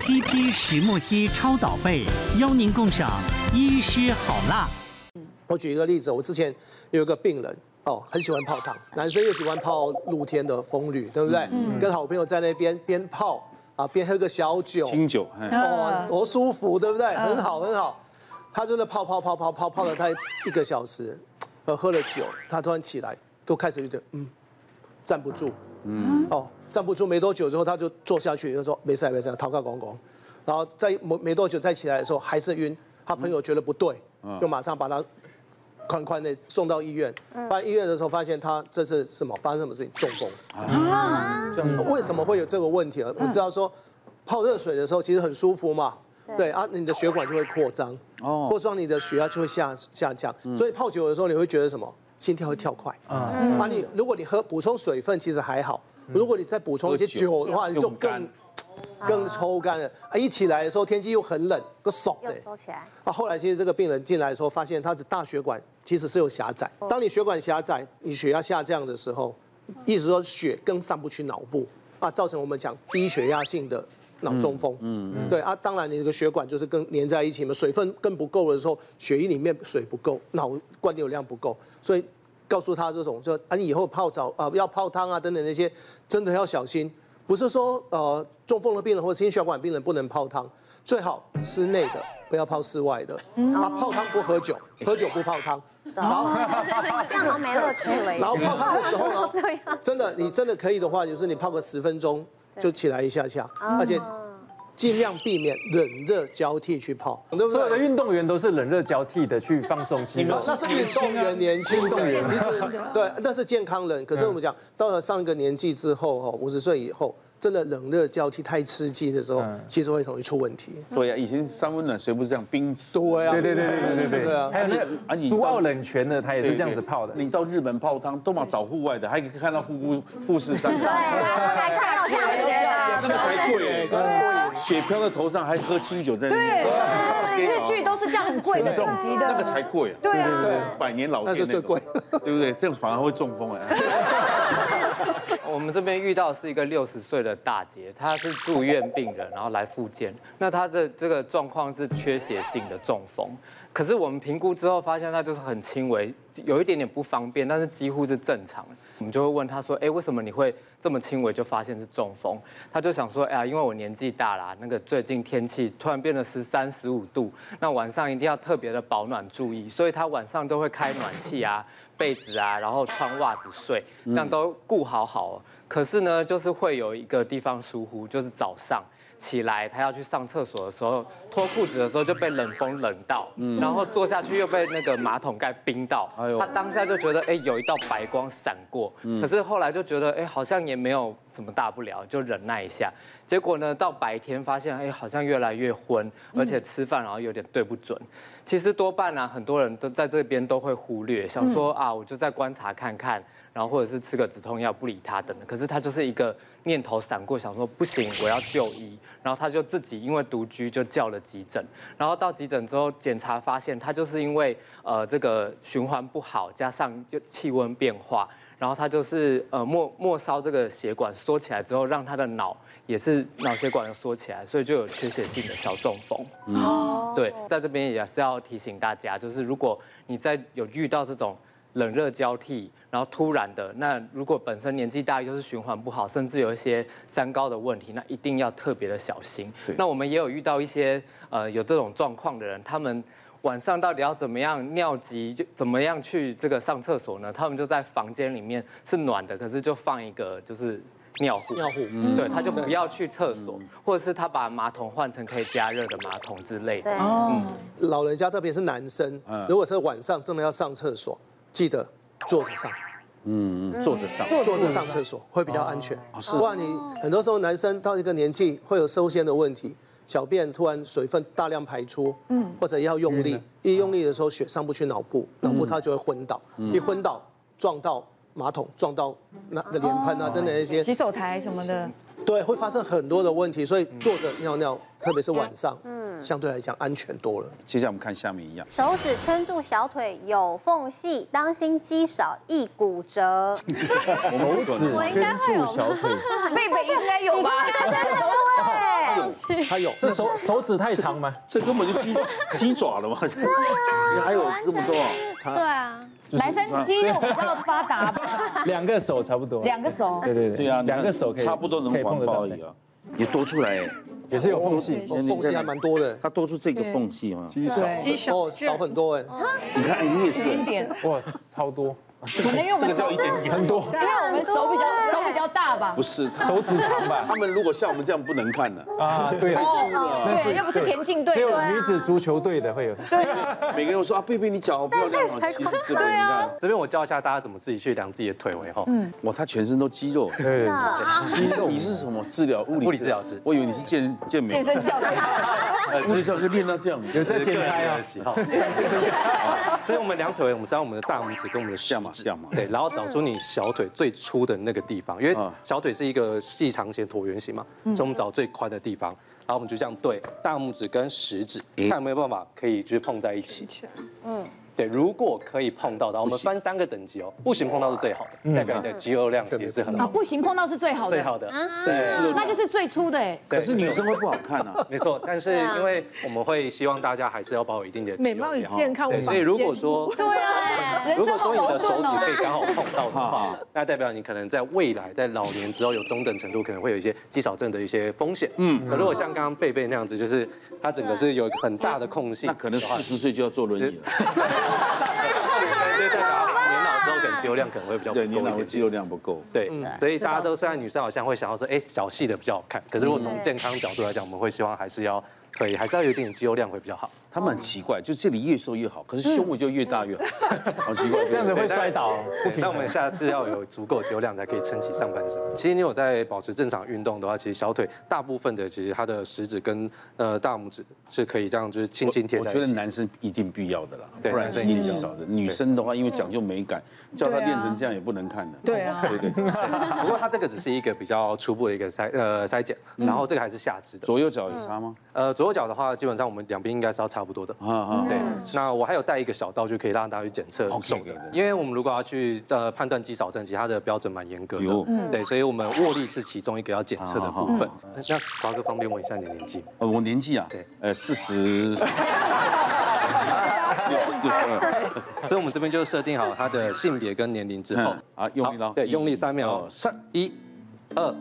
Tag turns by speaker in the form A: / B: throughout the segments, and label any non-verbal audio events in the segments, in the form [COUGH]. A: CP 石墨烯超导被，邀您共赏医师好辣。
B: 我举一个例子，我之前有一个病人哦，很喜欢泡汤，男生又喜欢泡露天的风吕，对不对？跟好朋友在那边边泡啊，边喝个小酒，
C: 清酒，哎，
B: 哦，多舒服，对不对？很好，很好。他就是泡泡泡泡泡泡了他一个小时，呃，喝了酒，他突然起来，都开始有点嗯，站不住，嗯，哦，站不住没多久之后，他就坐下去，就说没事没事，逃开公公。然后再没没多久再起来的时候还是晕，他朋友觉得不对，就马上把他款款的送到医院。到医院的时候发现他这是什么？发生什么事情？中风。为什么会有这个问题啊呢？我知道说，泡热水的时候其实很舒服嘛，对啊，你的血管就会扩张，
C: 哦
B: 扩张你的血压就会下下降，所以泡久的时候你会觉得什么？心跳会跳快嗯啊，把你如果你喝补充水分其实还好，如果你再补充一些酒的话，你就
C: 更干
B: 更更抽干了啊！一起来的时候天气又很冷，又爽
D: 又
B: 的。
D: 收起来，
B: 啊，后来其实这个病人进来的时候，发现他的大血管其实是有狭窄。当你血管狭窄，你血压下降的时候，意思说血更上不去脑部啊，造成我们讲低血压性的脑中风。嗯，对啊，当然你这个血管就是更粘在一起嘛，水分更不够的时候，血液里面水不够，脑灌流量不够，所以告诉他这种就啊，你以后泡澡啊、要泡汤啊等等那些，真的要小心。不是说呃中风的病人或者心血管病人不能泡汤，最好室内的不要泡室外的。啊，泡汤不喝酒，喝酒不泡汤。然后
D: 这样好像没乐趣了
B: 然
D: 耶。
B: 后泡汤的时候呢，
D: 这样，
B: 真的你真的可以的话，就是你泡个十分钟就起来一下下，而且尽量避免冷热交替去泡，对不
E: 所有的
B: 对？
E: 运动员都是冷热交替的去放松肌肉，
B: 那是运动员年轻的，其实 [LAUGHS] 对，嗯那是健康人。可是我们讲到了上一个年纪之后，哦，五十岁以后，真的冷热交替太吃激的时候，其实会容易出问题。
C: 对啊呀，以前三温暖水不是这样冰池，
B: 对啊，
E: 对对对对对对对
B: 对啊
E: 还有那
C: 啊
E: 个
C: 你
E: 苏澳冷泉呢，它也
C: 对，
E: 是这样子泡的。
C: 对你到日本泡汤，都嘛找户外的，还可以看到富富富士山，
D: 对，还下到下雨
C: 那个才贵，
B: 啊
C: 雪飘在头上，还喝清酒在那边，
F: 日剧都是这样很贵的等级
C: 那个
F: 的，
C: 才贵啊，
F: 对啊，
B: 对
C: 百年老店
B: 那是最
C: 种
B: 贵，
C: 对不对？这样反而会中风哎。
G: 我们这边遇到是一个六十岁的大姐，她是住院病人，然后来复健。那她的这个状况是缺血性的中风，可是我们评估之后发现她就是很轻微，有一点点不方便，但是几乎是正常的。我们就会问她说：“哎，为什么你会这么轻微就发现是中风？”她就想说：“哎呀，因为我年纪大啦，那个最近天气突然变得十三十五度，那晚上一定要特别的保暖注意，所以她晚上都会开暖气啊。”被子啊，然后穿袜子睡，
C: 嗯
G: 这样都顾好好、哦。可是呢，就是会有一个地方疏忽，就是早上起来，他要去上厕所的时候，脱裤子的时候就被冷风冷到，然后坐下去又被那个马桶盖冰到。
C: 嗯哎呦嗯
G: 他当下就觉得，哎，有一道白光闪过。可是后来就觉得，哎，好像也没有什么大不了，就忍耐一下。结果呢，到白天发现，哎，好像越来越昏，
C: 嗯
G: 而且吃饭然后有点对不准。其实多半啊，很多人都在这边都会忽略，想说啊，我就再观察看看，然后或者是吃个止痛药不理他等等。可是他就是一个念头闪过，想说不行，我要就医。然后他就自己因为独居就叫了急诊，然后到急诊之后检查发现他就是因为呃这个循环不好，加上又气温变化，然后他就是呃末末梢这个血管缩起来之后，让他的脑也是脑血管缩起来，所以就有缺血性的小中风。对，在这边也是要提醒大家，就是如果你在有遇到这种冷热交替，然后突然的，那如果本身年纪大又是循环不好，甚至有一些三高的问题，那一定要特别的小心。那我们也有遇到一些呃有这种状况的人，他们。晚上到底要怎么样尿急，就怎么样去这个上厕所呢？他们就在房间里面是暖的，可是就放一个就是尿壶，
B: 尿壶
E: 嗯
G: 对，他就不要去厕所，或者是他把马桶换成可以加热的马桶之类的。
D: 对，
B: 老人家，特别是男生，如果是晚上真的要上厕所，记得坐着上，
C: 嗯，坐着上，
B: 坐着上厕所会比较安全。不然你很多时候男生到一个年纪会有收缩的问题，小便突然水分大量排出，嗯，或者要用力，一用力的时候血上不去脑部，脑部它就会昏倒，一昏倒撞到马桶，撞到那的脸盆啊等等一些，
F: 洗手台什么的，
B: 对，会发生很多的问题。所以坐着尿尿，特别是晚上，嗯，相对来讲安全多了。
C: 接下来我们看下面一样，
D: 手指圈住小腿有缝隙，当心肌少易骨折。
C: 我们
E: 手指圈住小腿，
F: 贝贝应该有吧？
D: 对，对，
B: 他有
F: [LAUGHS]
E: 这手手指太长吗？
C: 这根本就鸡 [LAUGHS] 鸡爪了嘛！你还有这么多啊？
H: 对啊，
F: 男生肌肉比较发达吧，
E: 两个手差不多。
F: 两个手。
E: 对对对，
C: 对啊，
E: 两个手可以
C: 差不多能
E: 可以
C: 环
E: 碰得到
C: 抱
E: 的
C: 而已，啊，也多出来哎，
E: 也是有缝隙。
B: 缝隙还蛮多的，
C: 它多出这个缝隙嘛。
E: 肌少
F: 对，
B: 哦，少很多哎。
C: 你看，哎，你也是
F: 一，点点，
E: 哇，超多，
F: 可能因为我们手，
E: 很多，
F: 因为我们手比较手比较大吧
C: 不。是他
E: 手指长吧？
F: [LAUGHS]
C: 他们如果像我们这样不能看的，
E: 啊，对了，
F: 哦，
E: 但
F: 对，又不是田径队
E: 只有
F: 的，
E: 女子足球队的会有。
C: 每个人说啊，贝贝你脚好漂亮哦，其实是对啊，
I: 这边我教一下大家怎么自己去量自己的腿围哈。
C: 哇，他全身都肌肉，
E: 对，
C: 肌肉。你是什么治疗？物理
I: 物理治疗师
C: 我以为你是健健美哎
F: 健，身教练。
C: 物理治疗就练到这样，
E: 有在剪裁啊，
I: 好，所以我们量腿围，我们是按我们的大拇指跟我们的食
C: 像嘛
I: 指
C: 像嘛
I: 对，然后找出你小腿最粗的那个地方，因为
C: 啊
I: 小腿是一个细长型椭圆形嘛，
F: 嗯
I: 所以我们找最宽的地方，然后我们就这样对大拇指跟食指，
C: 嗯
I: 看有没有办法可以就是碰在一起。
F: 嗯
I: 对，如果可以碰到的话，我们翻三个等级哦，不行碰到是最好
E: 嗯
I: 的，代表你的肌肉量也是很
F: 啊，
I: 好，
F: 不行，碰到是最好
I: 最
F: 的，
I: 好的。对，
F: 那就是最粗的哎。
I: 可
C: 可是女生会不好看 [LAUGHS] 啊。
I: 没错，但是因为我们会希望大家还是要保有一定的
H: 美貌与
I: 肌肉量
H: 健康无
I: 对
H: 法
I: 所以如果说
F: 对啊，人
I: 如
F: 生好
I: 果说你
F: 矛
I: 的手
F: 盾
I: 指可以
F: 哦。
I: 刚好碰到的话，那代表你可能在未来在老年之后有中等程度可能会有一些肌少症的一些风险。嗯，可如果像刚刚贝贝那样子，就是他整个是有一个很大的空隙，
C: 那可能
I: 的话
C: 四十岁就要坐轮椅了，
I: 对代表他年老之后可能肌肉量可能会比较不
C: 对，你老
I: 够
C: 了
I: 一
C: 肌
I: 点。
C: 肉量不够。
I: 对，所以大家都虽然女生好像会想要说，哎，小细的比较好看，可是如果从健康角度来讲，我们会希望还是要腿还是要有一定的肌肉量会比较好。
C: 他们很奇怪，就这里越瘦越好，可是胸围就越大 [LAUGHS] 越好，好奇怪。
E: 这样子会摔倒。
I: [LAUGHS] 对，那我们下次要有足够肌肉量才可以撑起上半身。其实你有在保持正常运动的话，其实小腿大部分的其实它的食指跟呃大拇指是可以这样就是轻轻贴
C: 我
I: 在
C: 觉
I: 一
C: 得
I: 起。
C: 男生一定必要的啦，
I: 对
C: 不然是一定少的。女生的话，因为讲究美感，叫她练成这样也不能看的。
F: 对啊
C: 对对，对
I: [LAUGHS] 不过它这个只是一个比较初步的一个筛呃筛检，然后这个还是下肢的。
C: 嗯左右脚有差吗？
I: 呃，左右脚的话，基本上我们两边应该是要差不多的。
C: 啊啊，
I: 对，那我还有带一个小道具可以让大家去检测
C: OK，
I: 手
C: OK，
I: 的
C: OK，
I: 因为我们如果要去呃判断肌少症，其实它的标准蛮严格
C: 哟啊
I: 的，对，所以我们握力是其中一个要检测的部分。那华哥方便问一下你的年纪吗？
C: 呃我年纪啊
I: 对，
C: 呃，四十。 [LAUGHS] 对
I: 所以我们这边就设定好他的性别跟年龄之后
C: 嗯，啊用力咯
I: 好对，
C: 一
I: 用力三秒，
C: 二
I: 三一、二、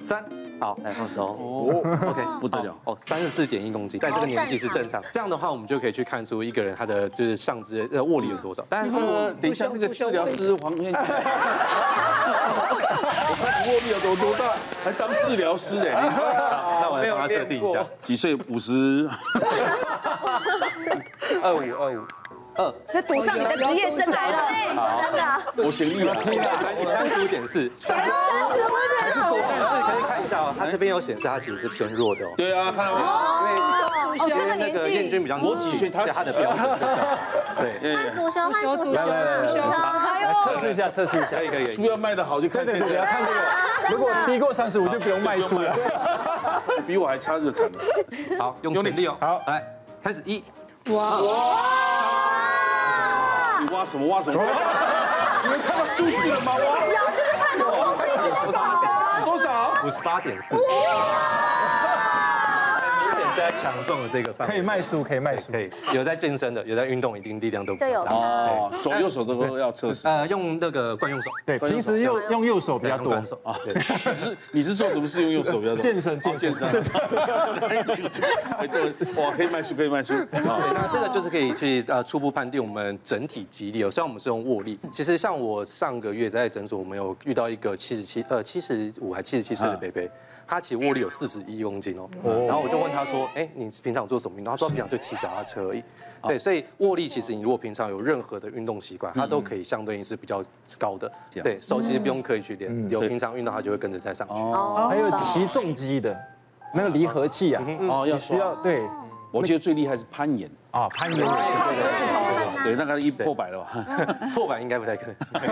I: 三，好，来放手。
C: 哦，OK，不得了。
I: 哦，三十四点一公斤，在这个年纪是正常。这样的话，我们就可以去看出一个人他的就是上肢呃握力有多少。但
C: 呃，等一下，那个治疗师黄先生，我看你握力有多多大，还当治疗师 [LAUGHS] 哎，
I: 那我来帮他设定一下，
C: 几岁？五十。
I: 二五二五，
F: 这赌上你的职业生涯了，
D: 真的，
C: 我行力啊！
I: 三十五点四，三十五但是可以看一下哦，他这边有显示他其实是偏弱的哦。
C: 对啊，看到没
F: 哦，这个
I: 那
F: 年
I: 个燕
F: 纪，
I: 君比较，
C: 我几岁他
I: 所以他的标准就这 [LAUGHS] 样。对，
C: 有？
D: 换足球，换足球，
H: 来来来
D: 换足球，
F: 哎呦，
E: 测试一下，测试一下
I: 可。以可以可以
C: 书。要卖得好就看现在，看
E: 如果低过三十五就不用卖书了。
C: [LAUGHS] 比我还差就惨了。
I: 好，用全力哦。好，来，开始一。
C: 你挖什么挖什么？你们看到数字了吗？挖了多少？
I: 五十八点四，很明显是在强壮的这个范
E: 可以
I: 围。
E: 卖书，可以卖书
I: 可。以，有在健身的，有在运动，一定力量都不
D: 就有
I: 大。
C: 哦，左右手都要测试。
I: 呃，用那个惯用手，
E: 对，平时右用右手比较
I: 用
E: 多哦
I: 惯。手。
C: 你是你是做什么事用右手比较多？
E: 健身健
C: 哦健身。哎，这个 [LAUGHS] 哇，可以卖书，可以卖书。哦
I: 对，那这个就是可以去呃初步判定我们整体肌力哦。虽然我们是用握力，其实像我上个月在诊所，我们有遇到一个七十七呃七十五还七十七岁的
C: 嗯
I: 贝贝。他其实握力有四十一公斤哦，然后我就问他说：“哎，你平常做什么运动？”他说：“平常就骑脚踏车而已。”
C: 哦
I: 对，所以握力其实你如果平常有任何的运动习惯，它都可以相对应是比较高的。
C: 嗯这样嗯
I: 对，手其实不用刻意去练，有
C: 对
I: 平常运动它就会跟着在上去。
E: 还有骑重机的，那个离合器啊，
C: 哦，要
E: 也需要
C: 刷。
E: 对
C: 我觉得最厉害是攀岩，哦
E: 啊，攀岩也是。
C: 对，那个一破百了吧？
I: 破百应该不太可能。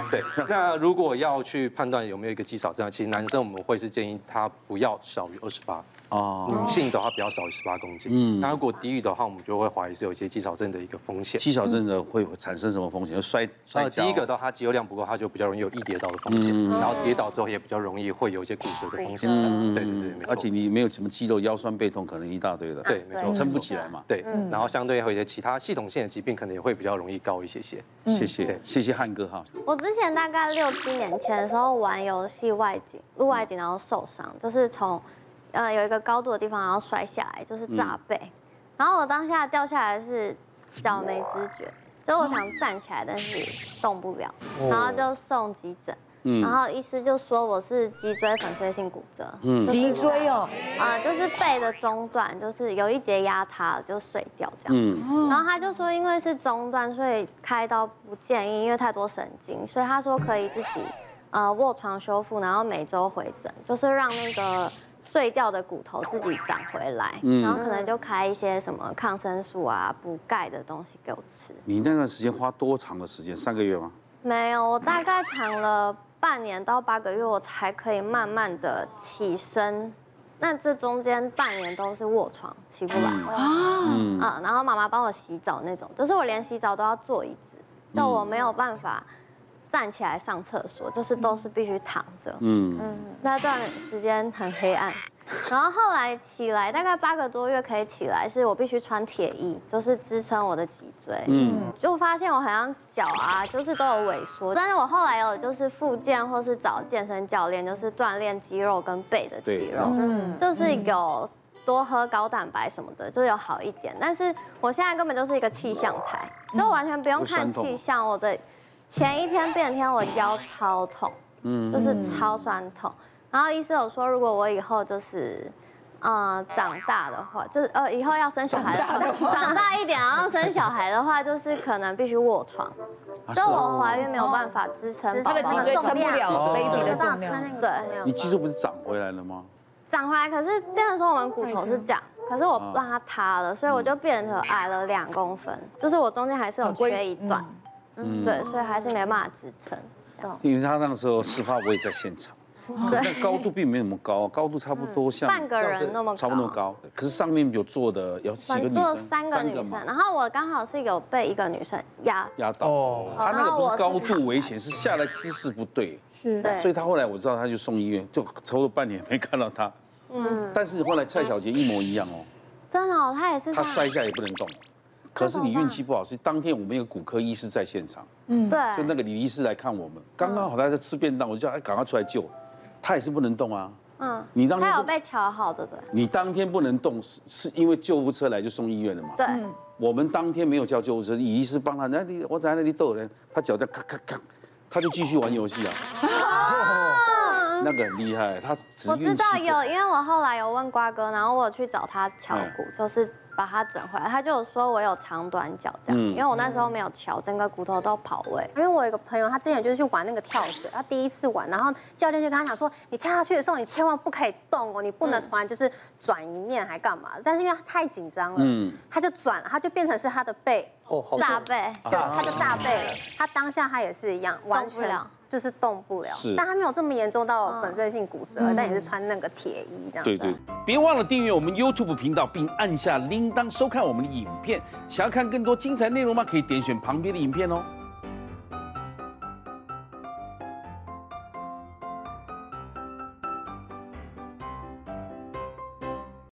C: [LAUGHS]
I: 对，那如果要去判断有没有一个肌少症，其实男生我们会是建议他不要少于二十八。
C: 嗯
I: 哦，女性的话比较少于十八公斤，嗯，那如果低于的话，我们就会怀疑是有一些肌少症的一个风险。
C: 肌少
D: 嗯
C: 症的会产生什么风险？就摔摔
I: 呃，
C: 跤。啊嗯
I: 第一个的话，肌肉量不够，它就比较容易有易跌倒的风险，然后跌倒之后也比较容易会有一些骨折的风险在。对对对，没错。
C: 嗯而且你没有什么肌肉，腰酸背痛可能一大堆的，
I: 对没错
C: 撑不起来嘛。
I: 对，然后相对还有一些其他系统性的疾病，可能也会比较容易高一些些。
D: 嗯
C: 谢谢
I: 对，
C: 谢谢汉哥哈。
D: 我之前大概六七年前的时候玩游戏外景，录外景然后受伤，就是从呃有一个高度的地方然后摔下来，就是炸背。然后我当下掉下来是脚没知觉，所以我想站起来，但是动不了，然后就送急诊。然后医师就说我是脊椎粉碎性骨折，嗯，
F: 脊椎哦，
D: 啊，就是背的中段，就是有一节压塌了就碎掉这样。然后他就说，因为是中段，所以开刀不建议，因为太多神经，所以他说可以自己呃卧床修复，然后每周回诊，就是让那个碎掉的骨头自己长回来，然后可能就开一些什么抗生素啊、补钙的东西给我吃。
C: 你那段时间花多长的时间？三个月吗？
D: 没有，我大概躺了半年到八个月，我才可以慢慢的起身。那这中间半年都是卧床，起不来啊，嗯，然后妈妈帮我洗澡那种，就是我连洗澡都要坐椅子，就我没有办法站起来上厕所，就是都是必须躺着。
C: 嗯，
D: 那段时间很黑
C: [LAUGHS]
D: 暗，然后后来起来大概八个多月可以起来，是我必须穿铁衣，就是支撑我的脊椎。嗯，就发现我好像脚啊，就是都有萎缩，但是我后来有就是复健或是找健身教练，就是锻炼肌肉跟背的肌肉，嗯，就是有。多喝高蛋白什么的，就有好一点。但是我现在根本就是一个气象台，就完全不用
C: 会酸
D: 看
C: 痛
D: 气
C: 吗
D: 象。我的前一天变天，我腰超痛，就是超酸痛。然后医生有说，如果我以后就是，呃，长大的话，就是呃，以后要生小孩的话，长大一点，然后生小孩的话，就是可能必须卧床。
C: 啊
D: 所以我怀孕没有办法支撑
F: 哦这
D: 宝
F: 个
D: 宝
F: 脊
D: 的
F: 椎撑
D: 重
F: 不
D: 量，
F: 了 baby 的重量。
D: 对，
C: 你肌肉不是长回来了吗？
D: 长回来，可是变成说我们骨头是这样，可是我让它塌了，所以我就变成矮了两公分，就是我中间还是有缺一段，嗯，对，所以还是没办法支撑。这样
C: 因为他那个时候事发我也在现
D: [LAUGHS]
C: 场，但高度并没有那么高，啊高度差不多像
D: 嗯半个人那么高，
C: 差不多高，可是上面有坐的有几
D: 我
C: 个女
D: 做
C: 生，
D: 三个女生，啊
C: 嘛
D: 然后我刚好是有被一个女生压，
C: 压倒。哦，他那个不是
D: 然后
C: 高
D: 我是
C: 度危险，是下来姿势不对，
D: 对，
C: 所以他后来我知道他就送医院，就抽了半年没看到他。嗯，但是后来蔡小杰一模一样哦，
D: 真的、哦，她也是
C: 他
D: 这
C: 摔
D: 样，
C: 下也不能动。可是你运气不好，是当天我们有骨科医师在现场，就那
D: 对，
C: 个李医师来看我
D: 嗯
C: 们，刚刚好他在吃便当，我就叫他赶快出来救，他也是不能动啊。
D: 嗯，
C: 你当
D: 她有
C: 天
D: 被瞧好，对不对？
C: 你当天不能动，是是因为救护车来就送医院了嘛？
D: 对，
C: 我们当天没有叫救护车，李医师帮他，那你我在那里逗人，他脚在咔咔咔，他就继续玩游戏啊。那个很厉害，他只
D: 我知
C: 运气
D: 道
C: 不好
D: 有，因为我后来有问瓜哥，然后我有去找他敲
C: 嗯
D: 骨，就是把他整回来，他就有说我有长短脚这样，
C: 嗯
D: 因为我那时候没有敲，整个骨头都跑位。
H: 因为我有一个朋友，他之前就是去玩那个跳水，他第一次玩，然后教练就跟他讲说，你跳下去的时候你千万不可以动哦，你不能
C: 嗯
H: 突然就是转一面还干嘛？但是因为他太紧张了，嗯，他就转，他就变成是他的背，
B: 哦，好
D: 炸背，
C: 啊
H: 就他就炸背了。他当下他也是一样，完全
D: 了
H: 就是动不了
C: 是，嗯
H: 但他没有这么严重到粉碎性骨折，但也是穿那个铁衣这样。
C: 对对，别忘了订阅我们 YouTube 频道，并按下铃铛收看我们的影片。想要看更多精彩内容吗？可以点选旁边的影片哦。